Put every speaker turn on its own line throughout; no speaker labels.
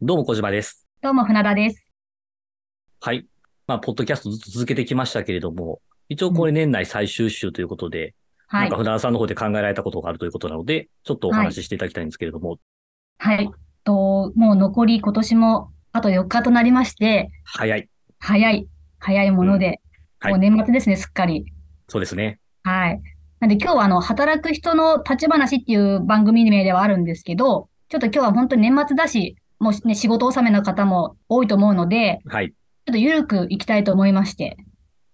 どうも小島です。
どうも、船田です。
はい。まあ、ポッドキャストずっと続けてきましたけれども、一応これ年内最終週ということで、
は
なん
い
か。船田さんの方で考えられたことがあるということなので、ちょっとお話ししていただきたいんですけれども、
はい。と、もう残り今年もあと4日となりまして、
早い。
早い、早いもので、
はい
もう年末ですね、すっかり。
そうですね。
はい。なんで今日はあの、働く人の立ち話っていう番組名ではあるんですけど、ちょっと今日は本当に年末だし、もうね、仕事納めの方も多いと思うので、
はい。
ちょっとゆるくいきたいと思いまして。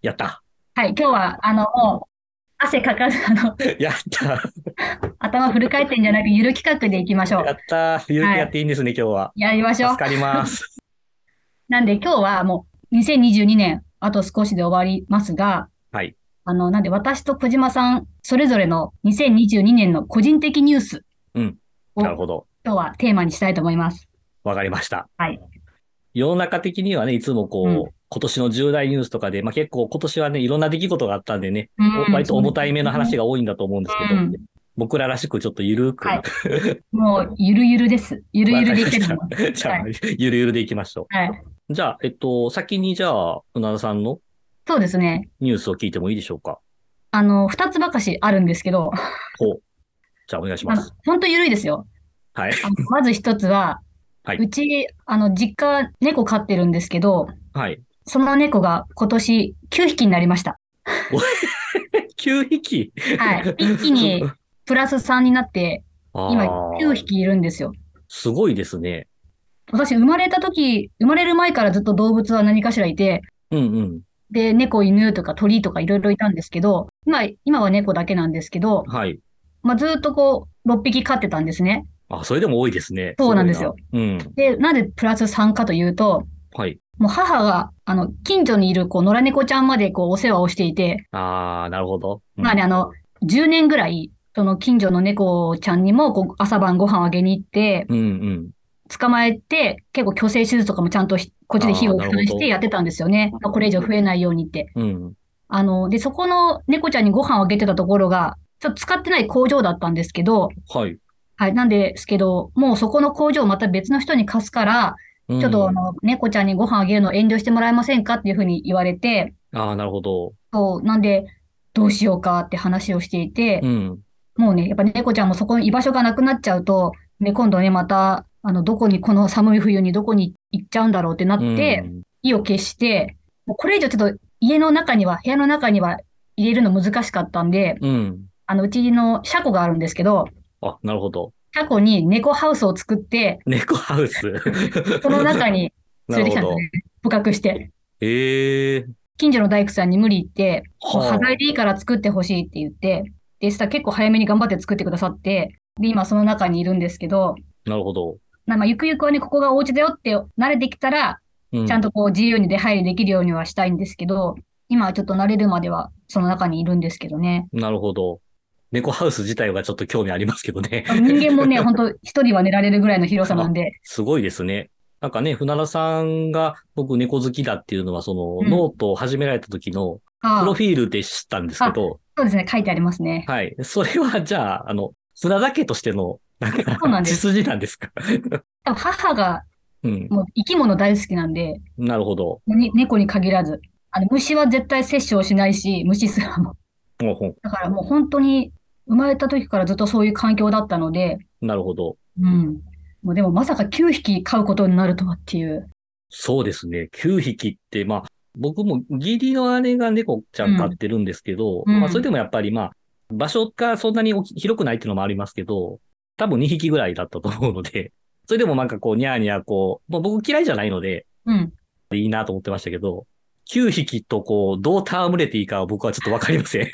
や った。
はい。今日は、あの、もう、汗かかず、あの、
やった。
頭フル回転じゃなく、ゆる企画でいきましょう
や。った。ゆるくやっていいんですね、今日は。
やりましょう
助。かり ます。
なんで今日はもう2022年、あと少しで終わりますが、
はい。
あの、なんで私と小島さん、それぞれの2022年の個人的ニュース
うん。
を
なる
今
ほど。
日はテーマにしたいと思います。
わかりました。
はい。
世の中的にはね、いつもこう、
うん
今年の重大ニュースとかで、まあ結構今年はね、いろんな出来事があったんでね、
うん
割と重たい目の話が多いんだと思うんですけど、
うん
僕ららしくちょっとゆるーく、
はいもう、ゆるゆるです。ゆるゆるでいけるの
わ。かりました じゃあ、
は
ゆるゆるでいきましょ
はい。
う。じゃあ、えっと、先にじゃあ、船田さんの
そうですね。
ニュースを聞いてもいいでしょうか。
あの、二つばかしあるんですけど、
ほう。じゃあ、お願いし
あ
ま
の
す。、
ほんとゆるいですよ。
はい。
あのまず一つは
はい、
うち、あの、実家、猫飼ってるんですけど、
はい。
その猫が今年9匹になりました。
9匹
はい。一気にプラス3になって、今
あ
9
ー
匹いるんですよ。
すごいですね。
私生まれた時、生まれる前からずっと動物は何かしらいて、
うんうん。
で、猫、犬とか鳥とかいろいろいたんですけど、今、今は猫だけなんですけど、
はい。
まあ、ずっとこう、6匹飼ってたんですね。
あ、それでも多いですね。
そうなんですよ
ごいな。うん。
で、なぜプラス3かというと、
はい。
もう母が、あの、近所にいる、こう、野良猫ちゃんまでこう、お世話をしていて、
ああ、なるほど。うん
まあね、あの、10年ぐらい、その近所の猫ちゃんにも、こう、朝晩ご飯をあげに行って、
うんうん。
捕まえて、結構虚勢手術とかもちゃんとしこっちで費用を負担してやってたんですよね。これ以上増えないようにって。
うん。
あの、で、そこの猫ちゃんにご飯をあげてたところが、ちょっと使ってない工場だったんですけど、
はい。
はい、なんですけど、もうそこの工場をまた別の人に貸すから、
ち
ちょっとあの、猫ちゃんにご飯あげるのを遠慮してもらえませんかっていうふうに言われて、
ああ、なるほど。
そう、なんで、どうしようかって話をしていて
う、ん。
もうね、やっぱ猫ちゃんもそこに居場所がなくなっちゃうと、ね、今度ね、また、あの、どこに、この寒い冬にどこに行っちゃうんだろうってなって、
うん
意を消して、もうこれ以上ちょっと家の中には、部屋の中には入れるの難しかったんで、
うん。
あの、うちの車庫があるんですけど、
あ、なるほど。
車庫に猫ハウスを作って、
猫ハウス。
その中に
な
連れ
る
てき
ほ
たんで
ど
す。ね。捕獲して。
ええ
近所の大工さんに無理言って、もう
はあ
端材でいいから作ってほしいって言って、で、したら結構早めに頑張って作ってくださって、で、今その中にいるんですけど、
なるほど。
なまあ、ゆくゆくはね、ここがお家だよって慣れてきたら、
う
ちゃんとこう自由に出入りできるようにはしたいんですけど、今はちょっと慣れるまではその中にいるんですけどね。
なるほど。猫ハウス自体はちょっと興味ありますけどね。
人間もね、本当一人は寝られるぐらいの広さなんで、
すごいですね。なんかね、船田さんが僕猫好きだっていうのは、その、
うん
ノートを始められた時の
あ
プロ
あ、
フィールで知ったんですけど、
そうですね、書いてありますね。
はい。それはじゃあ、あの、船田家としての、なんか
そうなんで
血
す
筋なんですか
多分母が
うん。
もう生き物大好きなんで、
なるほど。
に猫に限らず、あの虫は絶対殺生しないし、虫すらも。
ほうほ
だからもう本当に生まれた時からずっとそういう環境だったので、
うなるほど。
うん。もうでもまさか9匹飼うことになるとはっていう。
そうですね。9匹って、まあ、僕も義理の姉が猫ちゃん飼ってるんですけど、
うん
まあ、それでもやっぱりまあ、場所がそんなに大き広くないっていうのもありますけど、多分2匹ぐらいだったと思うので、それでもなんかこう、ニャーニャーこう、まあ、僕嫌いじゃないので、
うん。
いいなと思ってましたけど、9匹とこう、どう戯れていいかは僕はちょっとわかりません。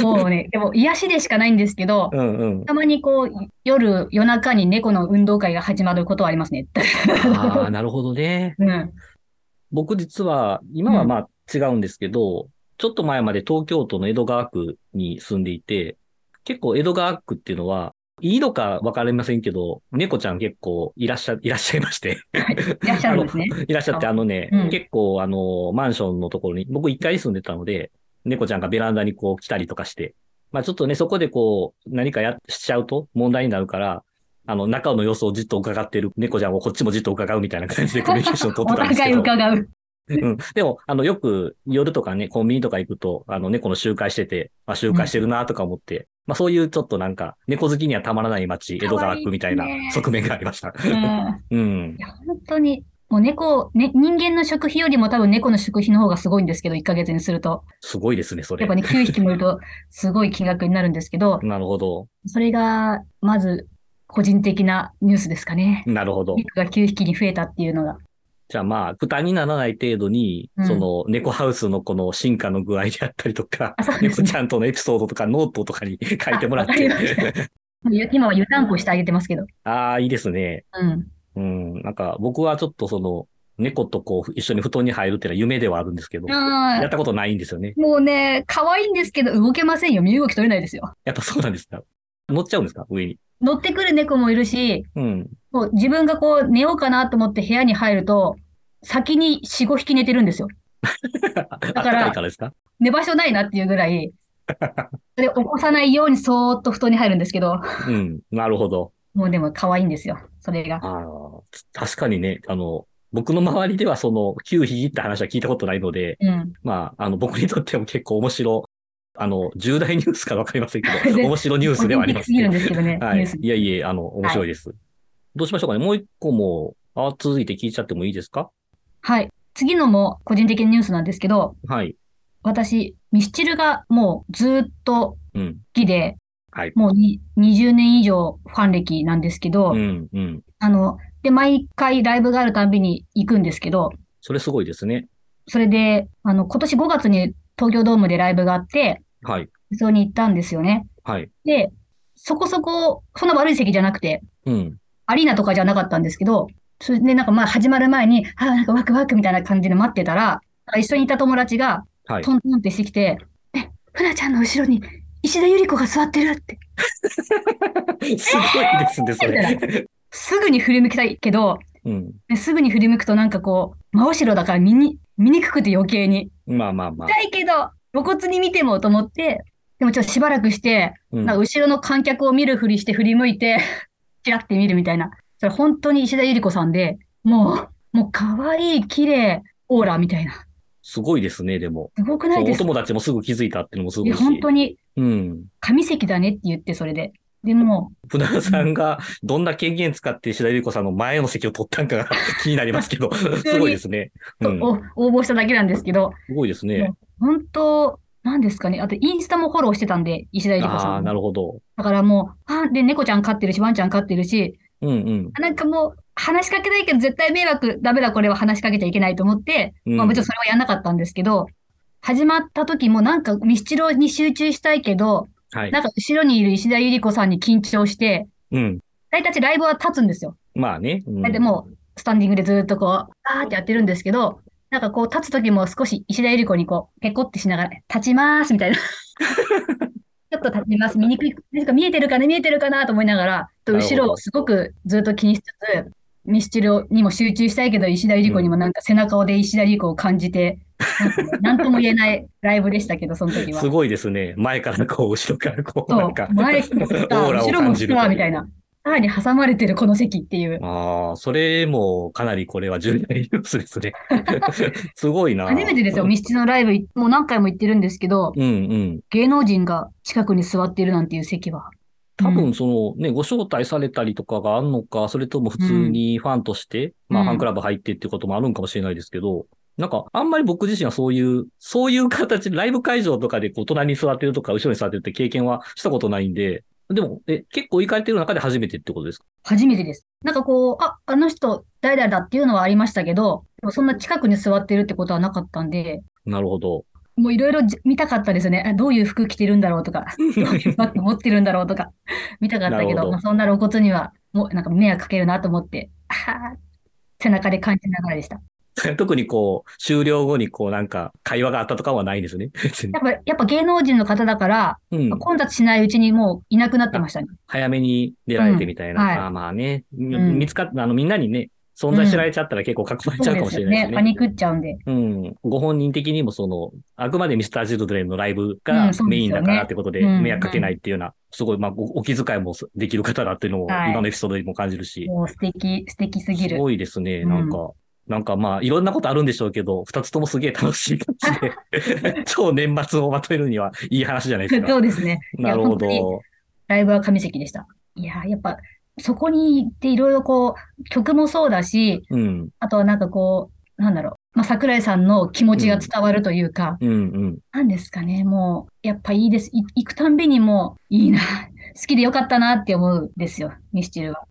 もうね、でも癒しでしかないんですけど、
うん うん。
たまにこう、夜、夜中に猫の運動会が始まることはありますね。
ああ、なるほどね。
うん。
僕実は、今はまあ違うんですけど、ちょっと前まで東京都の江戸川区に住んでいて、結構江戸川区っていうのは、いいのかわかりませんけど、猫ちゃん結構いらっしゃ、いらっしゃいまして。
いらっしゃるんですね。
いらっしゃって、あのね、
うん
結構あの、マンションのところに、僕一階に住んでたので、猫ちゃんがベランダにこう来たりとかして、まあちょっとね、そこでこう、何かやっしちゃうと問題になるから、あの、中の様子をじっと伺ってる猫ちゃんをこっちもじっと伺うみたいな感じでコミュニケーションを取って
お
たんですけ
互い
ど。
伺う。
うん。 でも、あの、よく夜とかね、コンビニとか行くと、あの、猫の集会してて、あ、集会してるなとか思って、まあそういうちょっとなんか、猫好きにはたまらない街、江戸川区みたいな
かわいいね
側面がありました。
うん。いや、
うん。
本当に、もう猫、ね、人間の食費よりも多分猫の食費の方がすごいんですけど、1ヶ月にすると。
すごいですね、そ
や
れ
っぱ。ね、9匹もいると、すごい金額になるんですけど、
なるほど。
それが、まず、個人的なニュースですかね。
なるほど。
猫が9匹に増えたっていうのが。
じゃあまあ、負担にならない程度に、
うん
その、猫ハウスのこの進化の具合であったりとか、
あ、そうで
猫
すね
ち。ゃんとのエピソードとかノートとかに 書いてもらっ
あわかりま
て。
ゆ今は湯たんぽしてあげてますけど。
ああ、いいですね。
うん。
うん。なんか、僕はちょっとその、猫とこう、一緒に布団に入るっていうのは夢ではあるんですけど、
あ
や
あ
ったことないんですよね。
もうね、可愛いんですけど、動けませんよ。身動き取れないですよ。
やっぱそうなんですか。乗っちゃうんですか上に。
乗ってくる猫もいるし、
うん。
もう自分がこう寝ようかなと思って部屋に入ると、先に4、5匹寝てるんですよ。
あったかいからですか
寝場所ないなっていうぐ らい。それ起こさないようにそーっと布団に入るんですけど、
うん。なるほど。
もうでも可愛いんですよ。それが。
あー確かにね、あの、僕の周りではその、9匹って話は聞いたことないので、
うん。
まあ、あの、僕にとっても結構面白、あの、重大ニュースかわかりません け
全
ど、
然
面白ニュースではあり
個人的
ますす
ぎる
ね
んですけどね、
は
ニュ
い
ース。。
いやいや、あの、面白いです。どうしましょうかね。もう一個も、あ、続いて聞いちゃってもいいですか
はい。次のも個人的なニュースなんですけど、
はい。
私、ミスチルがもうずーっと
うん。
好きで、
はい
もうに20年以上ファン歴なんですけど、
うん、うん。
あの、で、毎回ライブがあるたんびに行くんですけど、
それすごいですね。
それで、あの、今年5月に東京ドームでライブがあって、
はい。
そこに行ったんですよね。
はい。
で、そこそこ、そんな悪い席じゃなくて、
うん。
アリーナとかじゃなかったんですけど、それでなんかまあ始まる前に、あーなんかワクワクみたいな感じで待ってたら、一緒にいた友達が
はい
トントンってしてきて、え、ふなちゃんの後ろに石田ゆり子が座ってるって、
すごいですね、それ。
すぐに振り向きたいけど、
うん。
ですぐに振り向くとなんかこう、真後ろだから見に、見にくくて余計に。
まあまあまあ。
痛いけど、露骨に見てもと思って、でもちょっとしばらくして、
うん
なんか後ろの観客を見るふりして振り向いて、 チラって見るみたいな。それ本当に石田ゆり子さんで、もう、もう可愛い、綺麗、オーラみたいな。
すごいですね、でも。
すごくな
そ
いう
お
ですか
友達もすぐ気づいたっていうのもすご
い
い
や、
し。
本当に、
うん。
神石だねって言って、それで。でも、
船田さんがどんな権限使って石田ゆり子さんの前の席を取ったんかが気になりますけど、すごいですね。うん、
お応募しただけなんですけど、
すごいですね。
本当、なんですかね。あと、インスタもフォローしてたんで、石田ゆり子
あ
さ
あ、
ん
な
の。
るほど。
だからもう、あ、で、猫ちゃん飼ってるし、ワンちゃん飼ってるし、
うん
なんかもう、話しかけないけど、絶対迷惑、ダメだ、これは話しかけちゃいけないと思って、
うん。
まあもちろんそれはやんなかったんですけど、始まった時もなんかミスチルに集中したいけど、
はい
な。んか後ろにいる石田ゆり子さんに緊張して、
うん。
大体ライブは立つんですよ。
まあね。うん
大体もう、スタンディングでずっとこう、あーってやってるんですけど、なんかこう立つ時も少し石田ゆり子にこう、ペコってしながら、立ちまーすみた いな。ちょっと立ちます。見にくい。なんか見えてるかな見えてるかなと思いながら、と
なるほど
後ろをすごくずっと気にしつつ、ミスチルにも集中したいけど、石田ゆり子にもなんか背中で石田ゆり子を感じて、なんとも言えないライブでしたけど、その時は。
すごいですね。前からこう、後ろからこう、
そ
なん
う、
か。
前もスター
オーラを
後ろも
感じ
ス
る
ターみたいな。さらに挟まれてるこの席っていう。
ああ、それもかなりこれは重大ニュース ですね。すごいな。
初めてですよ、ミスチルのライブい、もう何回も行ってるんですけど、
うんうん。
芸能人が近くに座っているなんていう席は。
多
うん
分、そのね、ご招待されたりとかがあるのか、それとも普通にファンとして、
うん
まあ
うん
ファンクラブ入ってっていうこともあるんかもしれないですけど、なんか、あんまり僕自身はそういう、そういう形で、ライブ会場とかでこう、隣に座ってるとか、後ろに座ってるって経験はしたことないんで、でも、え、結構行かれてる中で初めてってことですか
初めてです。なんかこう、あ、あの人、誰々だっていうのはありましたけど、でもそんな近くに座ってるってことはなかったんで、
なるほ ど。
もういろいろじ見たかったですよね。あどういう服着てるんだろうとか、 どういうバッグ持ってるんだろうとか、 見たかったけ
なる
ど、
ほど
まあ、そんな露骨には、もうなんか迷惑かけるなと思って、あはー背中で感じながらでした。
特にこう、終了後にこう、なんか、会話があったとかはないんですね。別に
やっぱ、やっぱ芸能人の方だから、
うん。
混雑しないうちにもういなくなってましたね。
早めに出られてみたいな。
うんはい
まあまあね、み
うん
見つかっあの、みんなにね、存在知られちゃったら結構囲まれちゃうかもしれないですね。
パニクっちゃうんで。
うん。ご本人的にもその、あくまでミスター・ジルドレンのライブ
う
が
んそうですよね
メインだからってことで、
うん
迷惑かけないっていうような、すごい、まあ、おお気遣いもできる方だっていうのを、
はい
今のエピソードにも感じるし、
もう素敵、素敵すぎ
す
る。
ごいですね、なんか。なんかまあ、いろんなことあるんでしょうけど、二つともすげえ楽しい感じ で、超年末をまとめるにはいい話じゃないですか。
そうですね。いや
なるほ
本当に
ど。
ライブは神石でした。いやー、やっぱ、そこに行っていろいろこう、曲もそうだし、
うん、
あとはなんかこう、なんだろう、まあ、桜井さんの気持ちが伝わるというか、
うん、うん。
なんですかね、もう、やっぱいいです。い行くたんびにもう、いいな、 好きでよかったなって思うんですよ、ミスチルは。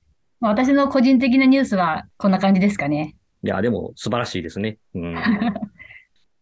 まあ私の個人的なニュースはこんな感じですかね。
いや、でも素晴らしいですね。うん。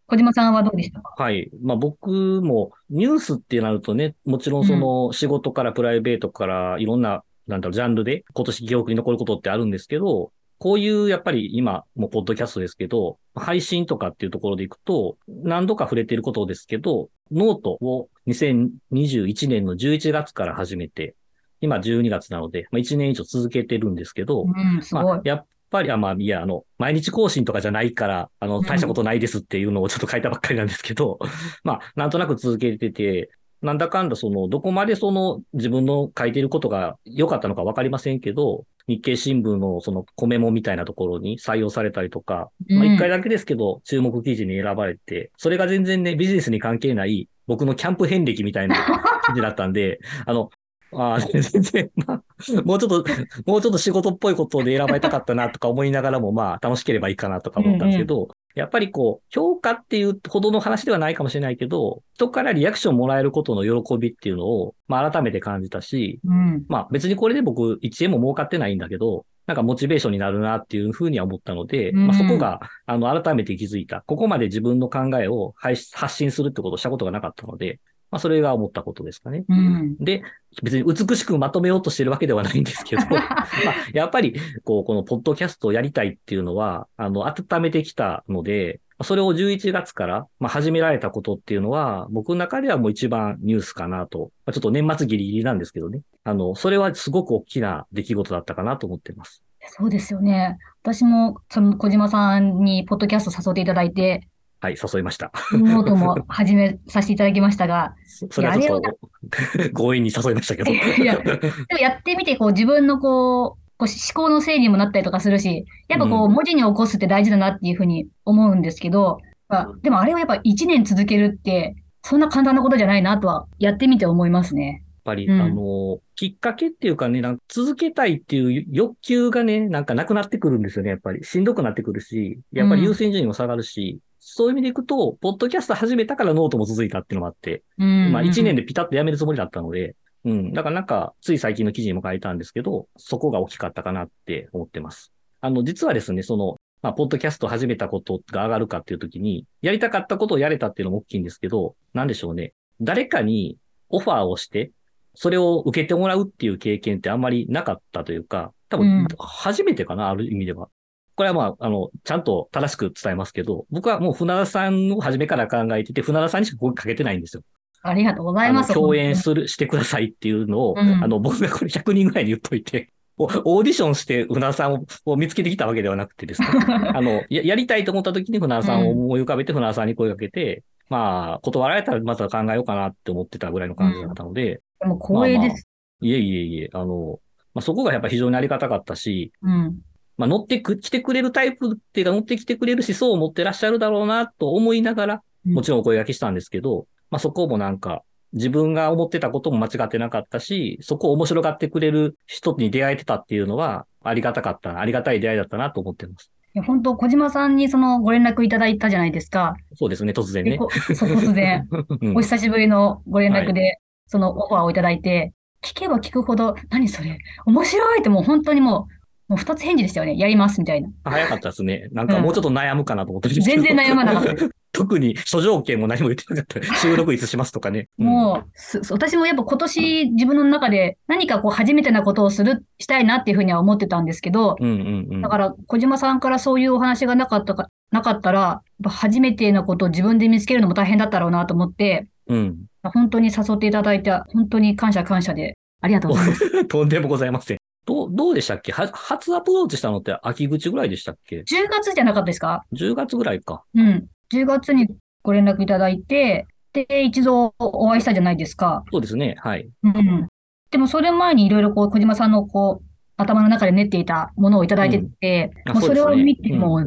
小島さんはどうでしたか
はい。まあ僕もニュースってなるとね、もちろんその仕事からプライベートからいろんな、なんだろう、ジャンルで今年記憶に残ることってあるんですけど、こういうやっぱり今、もうポッドキャストですけど、配信とかっていうところでいくと、何度か触れていることですけど、ノートを2021年の11月から始めて、今12月なので、まあ、1年以上続けてるんですけど、
うん、すご
まあ、。
い
やっぱり、あ、まあ、いや、あの、毎日更新とかじゃないから、あの、
うん
大したことないですっていうのをちょっと書いたばっかりなんですけど、 まあ、なんとなく続けてて、なんだかんだ、その、どこまでその、自分の書いてることが良かったのかわかりませんけど、日経新聞のその、コメモみたいなところに採用されたりとか、まあ、
うん
一回だけですけど、注目記事に選ばれて、それが全然ね、ビジネスに関係ない、僕のキャンプ遍歴みたいな 記事だったんで、あの、ああ、 全然、まあ、もうちょっと、もうちょっと仕事っぽいことで選ばれたかったなとか思いながらも、まあ、楽しければいいかなとか思ったんですけど、やっぱりこう、評価っていうほどの話ではないかもしれないけど、人からリアクションもらえることの喜びっていうのを、まあ、改めて感じたし、
うん、
まあ別にこれで僕1円も儲かってないんだけど、なんかモチベーションになるなっていうふうには思ったので、
うん
まあそこが、あの、改めて気づいた。ここまで自分の考えを配信発信するってことをしたことがなかったので、まあそれが思ったことですかね。
うん。
で、別に美しくまとめようとしてるわけではないんですけど、 まあ、やっぱり、こう、このポッドキャストをやりたいっていうのは、あの、温めてきたので、それを11月から、まあ、始められたことっていうのは、僕の中ではもう一番ニュースかなと。まあ、ちょっと年末ギリギリなんですけどね。あの、それはすごく大きな出来事だったかなと思ってます。
そうですよね。私も、その小島さんに、ポッドキャスト誘っていただいて、
はい、誘いました。
ノートも始めさせていただきました が、
そそれはちょっと、 強引に誘いましたけど。
いや、でもやってみて、こう自分のこう、こう思考の整理にもなったりとかするし、やっぱこ
う
う文字に起こすって大事だなっていうふうに思うんですけど、まあでもあれをやっぱ1年続けるって、そんな簡単なことじゃないなとは、やってみて思いますね。
やっぱり、
うん
あの、きっかけっていうかね、なんか続けたいっていう欲求がね、なんかなくなってくるんですよね、やっぱり。しんどくなってくるし、やっぱり優先順位も下がるし、そういう意味でいくと、ポッドキャスト始めたからノートも続いたっていうのもあって、
うん。
まあ1年でピタッとやめるつもりだったので、うん、だからなんか、つい最近の記事にも書いたんですけど、そこが大きかったかなって思ってます。あの、実はですね、その、まあ、ポッドキャストを始めたことが上がるかっていう時に、やりたかったことをやれたっていうのも大きいんですけど、なんでしょうね。誰かにオファーをして、それを受けてもらうっていう経験ってあんまりなかったというか、多
う
分
ん、
初めてかな、ある意味では。これはまあ、あの、ちゃんと正しく伝えますけど、僕はもう船田さんを初めから考えてて、船田さんにしか声かけてないんですよ。
ありがとうござ
あ
い
の
ます。
共演する、してくださいっていうのを、
うん
あの、僕がこれ100人ぐらいに言っといて、おオーディションして、うなさんをを見つけてきたわけではなくて ですね。あの、ややりたいと思った時に船田さんを思い浮かべて船田さんに声かけて、まあ、断られたらまた考えようかなって思ってたぐらいの感じだったので、
でも光栄です。
いえいえいえ、あの、まあ、そこがやっぱ非常にありがたかったし、
うん。
まあ、乗ってく、来てくれるタイプっていうか、乗ってきてくれる思想を持ってらっしゃるだろうなと思いながら、
うん
もちろんお声掛けしたんですけど、まあ、そこもなんか、自分が思ってたことも間違ってなかったし、そこを面白がってくれる人に出会えてたっていうのは、ありがたかったな、ありがたい出会いだったなと思ってます。
いや本当、小島さんにそのご連絡いただいたじゃないですか。
そうですね、突然
で
ね。
こそう突然。
うん
お久しぶりのご連絡
は
で、そのオファーをいただいて、聞けば聞くほど、何それ、面白いってもう本当にもう、もう二つ返事でしたよね。やりますみたいな。
早かったですね。なんかもうちょっと悩むかなと思ってるんですけど
全然悩まな かったです。
特に諸条件も何も言ってなかった。収録いつしますとかね。うん
もう、す私もやっぱ今年自分の中で何かこう初めてなことをする、したいなっていうふうには思ってたんですけど、
うんうんうん
だから小島さんからそういうお話がなかったか、なかったら、やっぱ初めてのことを自分で見つけるのも大変だったろうなと思って、
うん。
本当に誘っていただいて、本当に感謝感謝で、ありがとうございます。
とんでもございません。どう、どうでしたっけは、初アプローチしたのって秋口ぐらいでしたっけ
10月じゃなかったですか
?10 月ぐらいか。
うん。10月にご連絡いただいて、で、一度お会いしたじゃないですか。
そうですね。 はい。
うん。でもそれ前にいろいろこう、小島さんのこう、頭の中で練っていたものをいただいてて、
うんあ
もう
そう
そ
で
れ
すね
を見て
うん
も、え、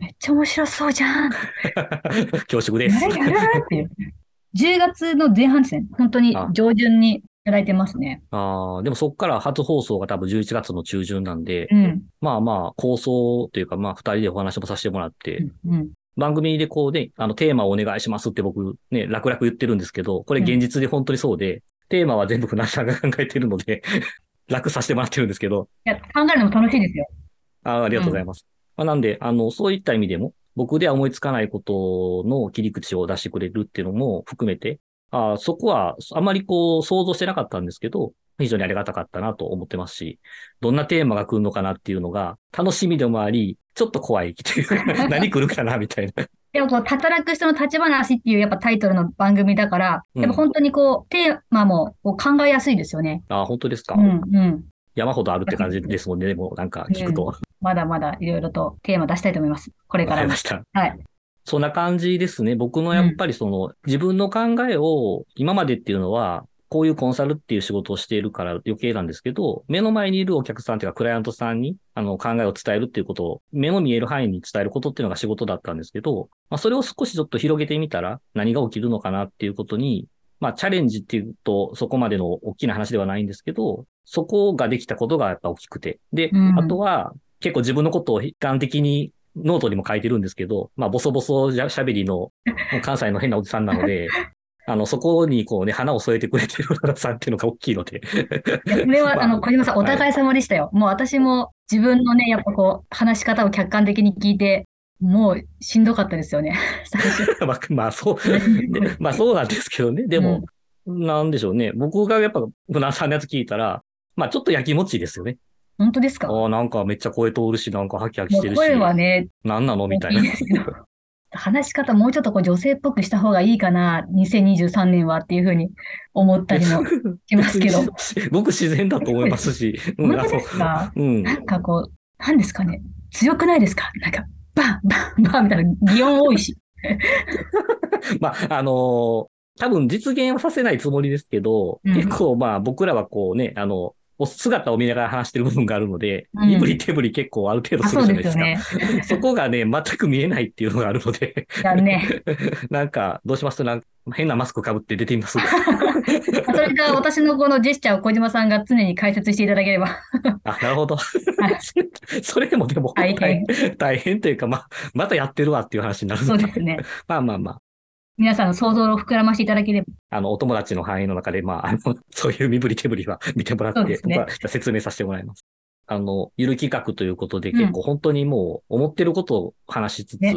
めっちゃ面白そうじゃん。
恐縮です
や。るやるっていう。10月の前半ですね。本当に
あ
上旬にいただいてますね。
ああ、でもそっから初放送が多分11月の中旬なんで、
うん。
まあまあ、構想というか、まあ、二人でお話もさせてもらって、
うんうん。
番組でこうね、あの、テーマをお願いしますって僕ね、楽々言ってるんですけど、これ現実で本当にそうで、テーマは全部船木さんが考えてるので、 楽させてもらってるんですけど、
いや、考えるのも楽しいですよ。
あーありがとうございます。まあ、なんで、あの、そういった意味でも、僕では思いつかないことの切り口を出してくれるっていうのも含めて、あーそこはあまりこう想像してなかったんですけど、非常にありがたかったなと思ってますし、どんなテーマが来るのかなっていうのが楽しみでもあり、ちょっと怖いっていう、何来るかなみたいな。
でもこう、働く人の立ち話っていうやっぱタイトルの番組だから、
うん
やっぱ本当にこう、テーマもこう考えやすいですよね。
あー本当ですか、
うんうん。
山ほどあるって感じですもんね、でもなんか聞くと。
まだまだいろいろとテーマ出したいと思います。これ
わ
か
からり
も
ま。した。
はい。
そんな感じですね。僕のやっぱりその、自分の考えを今までっていうのは、こういうコンサルっていう仕事をしているから余計なんですけど、目の前にいるお客さんというかクライアントさんにあの考えを伝えるっていうことを、目の見える範囲に伝えることっていうのが仕事だったんですけど、まあ、それを少しちょっと広げてみたら何が起きるのかなっていうことに、まあチャレンジっていうとそこまでの大きな話ではないんですけど、そこができたことがやっぱ大きくて。で、
うん
あとは結構自分のことを悲観的にノートにも書いてるんですけど、まあ、ボソボソじゃ喋りの、もう関西の変なおじさんなので、 あの、そこにこうね、花を添えてくれてる小田さんっていうのが大きいので。
いやこれは、あの、小島さん、
はい
お互い様でしたよ。もう私も自分のね、やっぱこう、話し方を客観的に聞いて、もうしんどかったですよね。 最初。
まあ、まあ、そう、ねまあ、そうなんですけどね。でも、なんでしょうね。僕がやっぱ、船田さんのやつ聞いたら、まあ、ちょっとやきもちですよね。
本当ですか
ああ、なんかめっちゃ声通るし、なんかハキハキ
も
して
う
るし、
声はね、
なんなのみたいな。
いいですけど話し方もうちょっとこう女性っぽくした方がいいかな、2023年はっていうふうに思ったりもしますけど。
僕自然だと思います し、うん、
本
あ
当で
の
すか
うん。
なんかこう、なんですかね、強くないですかなんか、バン、バン、バンみたいな、擬音多 いし。
まあ、あのー多分実現はさせないつもりですけど、
うん
結構まあ僕らはこうね、あの、お姿を見ながら話してる部分があるので、
うん
いぶり手ぶり結構ある程度
あ、
する
そう
じゃな
で
い
す
で
よ
すか。
ね。
そこがね、全く見えないっていうのがあるので、
だね。
なんか、どうしますなんか変なマスクかぶって出てみます。
それが私のこのジェスチャーを小島さんが常に解説していただけれ ば。
あ、なるほど。 それでもでも
大変
大変というか、まあ、またやってるわっていう話になる
そ
の
う
で、
ですね。
まあまあまあ、
皆さんの想像を膨らましていただければ。
あの、お友達の範囲の中で、まあ、あの、 そういう身振り手振りは 見てもら
そ
っ
う
て
で、すね
僕は説明させてもらいます。あの、ゆる企画ということで、
うん
結構本当にもう思ってることを話しつつ、
ね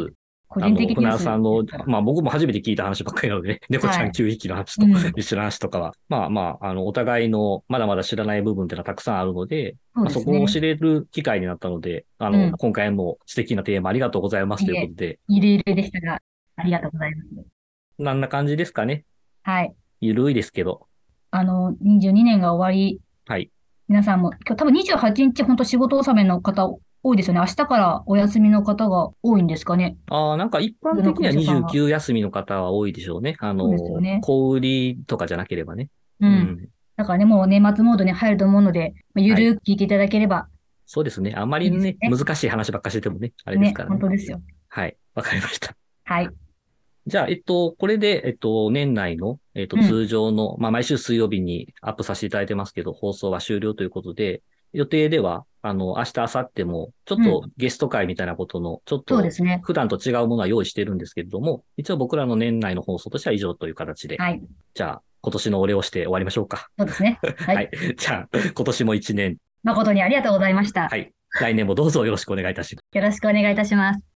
個
あ
人
の、
的
船
には
田さん
そ
の
うですから、
まあ僕も初めて聞いた話ばっかりなので、ね、猫ちゃん9匹の話と、
うん
一緒の話とかは、まあまあ、あの、お互いのまだまだ知らない部分っていうのはたくさんあるので、
そ
まあ、
うです
そこを
ね。
知れる機会になったので、あの、
うん
今回も素敵なテーマありがとうございますということで、
入れ入れでしたが、ありがとうございます。
なんな感じですかね。
はい。
ゆるいですけど。
あの、22年が終わり、
はい。
皆さんも、今日多分28日、本当仕事納めの方多いですよね。明日からお休みの方が多いんですかね。
ああ、なんか一般的には29休みの方は多いでしょうね。あ
そう
の
ですよね、
小売りとかじゃなければね。
う。
うんん
だからね、もう年末モードに入ると思うので、まあゆるーく聞いていただければ、
そうですね。あんまり
いい
ね
で、すね
難しい話ばっかしててもね、あれで
ね、
すから
本
ね。
当ですよ。
はい。わかりました。
はい。
じゃあ、えっと、これで、えっと、年内の、えっと、
うん
通常の、まあ、毎週水曜日にアップさせていただいてますけど、放送は終了ということで、予定では、あの、明日、明後日も、ちょっとゲスト会みたいなことの、ちょっ
そう
と
ですね。
普段と違うものは用意してるんですけれども、一応僕らの年内の放送としては以上という形で、
はい。
じゃあ、今年のお礼をして終わりましょうか。
そうですね。は
はいい。。じゃあ、今年も一年、
誠にありがとうございました。
はい。来年もどうぞよろしくお願いいたします。
よろしくお願いいたします。